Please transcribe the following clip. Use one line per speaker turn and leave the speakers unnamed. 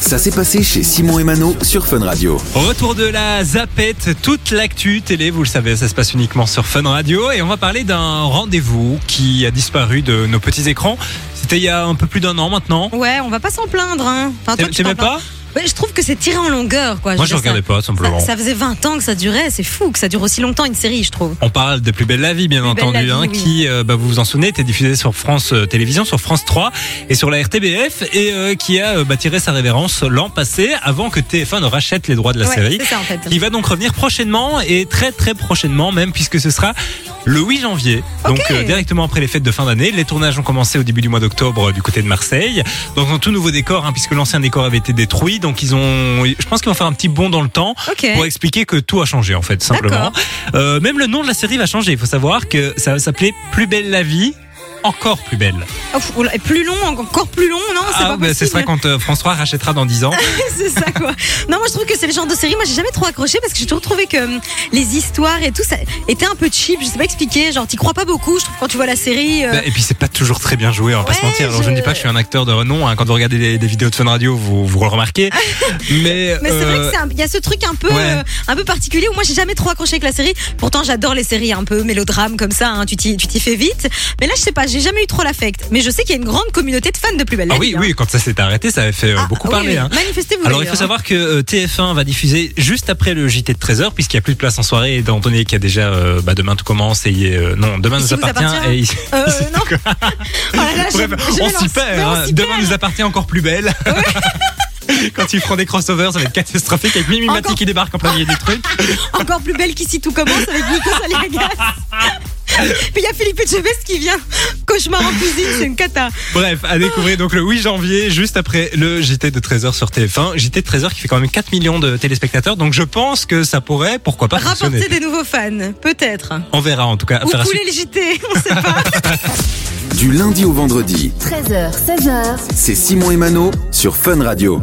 Ça s'est passé chez Simon et Mano sur Fun Radio.
Retour de la zapette, toute l'actu télé, vous le savez, ça se passe uniquement sur Fun Radio et on va parler d'un rendez-vous qui a disparu de nos petits écrans. C'était il y a un peu plus d'un an maintenant.
Ouais, on va pas s'en plaindre. Hein. Enfin, toi,
T'aim-
tu t'en
T'aimais
plains.
pas
Ouais, Je trouve que c'est tiré en longueur. Quoi.
Moi
veux
je
dire,
regardais
ça-
pas simplement.
Ça, ça faisait 20 ans que ça durait, c'est fou que ça dure aussi longtemps une série, je trouve.
On parle de Plus belle la vie, bien
Plus belle
entendu,
la vie,
hein,
oui.
qui, euh, bah, vous vous en souvenez, était diffusée sur France euh, Télévisions, sur France 3 et sur la RTBF, et euh, qui a euh, bah, tiré sa révérence l'an passé, avant que TF1 ne rachète les droits de la
Ouais,
série.
C'est ça en fait.
Il va donc revenir prochainement et très très prochainement même puisque ce sera le 8 janvier. Donc euh, directement après les fêtes de fin d'année, les tournages ont commencé au début du mois d'octobre euh, du côté de Marseille dans un tout nouveau décor hein, puisque l'ancien décor avait été détruit. Donc ils ont je pense qu'ils vont faire un petit bond dans le temps
Ok.
pour expliquer que tout a changé en fait simplement.
D'accord.
Euh, même le nom de la série va changer, il faut savoir que ça va s'appeler Plus belle la vie. Encore plus belle.
Ouf, oula, et plus long, encore plus long, non Oh, C'est pas
bah, ce
possible.
sera quand euh, France 3 rachètera dans 10 ans.
c'est ça quoi. Non, moi je trouve que c'est le genre de série. Moi j'ai jamais trop accroché parce que j'ai toujours trouvé que hum, les histoires et tout ça était un peu cheap. Je sais pas expliquer. Genre t'y crois pas beaucoup. Je trouve quand tu vois la série. euh,
Bah, et puis c'est pas toujours très bien joué, on va pas se
Ouais,
mentir. Alors je ne
je-
dis pas que je suis un acteur de renom. hein. Quand vous regardez des, des vidéos de Fun Radio, vous, vous le remarquez. Mais,
Mais c'est vrai
euh,
que c'est un- il y a ce truc un peu,
ouais.
euh, un peu particulier où moi j'ai jamais trop accroché avec la série. Pourtant j'adore les séries un peu mélodrames comme ça. hein, tu t'y tu t'y fais vite. Mais là je sais pas, j'ai jamais eu trop l'affect. Mais je sais qu'il y a une grande communauté de fans de Plus Belle. la
ah
Vie,
oui,
hein.
oui, quand ça s'est arrêté, ça avait fait euh,
Ah,
beaucoup
oui,
parler.
oui.
hein.
Manifestez-vous.
Alors il
d'ailleurs.
faut savoir que euh, TF1 va diffuser juste après le JT de 13h puisqu'il n'y a plus de place en soirée et étant donné qu'il y a déjà euh, bah, demain tout commence et euh, non demain
Ici
nous
vous
appartient
appartient.
et ici-
Euh, non. Oh là là, je-
Bref,
je
on
vais
s'y
lancer-
perd.
mais on
hein.
s'y
Demain
perd.
nous appartient encore plus belle. Quand ils feront des crossovers, ça va être catastrophique avec Mimi Mati
Encore-
qui débarque en plein milieu du truc.
Encore plus belle qu'ici tout commence avec Nico Saliagas. Puis il y a Philippe Etchebest qui vient. Cauchemar en cuisine, c'est une cata.
Bref, à découvrir donc le 8 janvier, juste après le JT de 13h sur TF1. JT de 13h qui fait quand même 4 millions de téléspectateurs, donc je pense que ça pourrait, pourquoi pas,
Rapporter
fonctionner.
des nouveaux fans, peut-être.
On verra en tout cas.
Ou
Affaire à suivre.
couler les JT, on sait pas.
Du lundi au vendredi,
13h, 16h,
c'est Simon et Mano sur Fun Radio.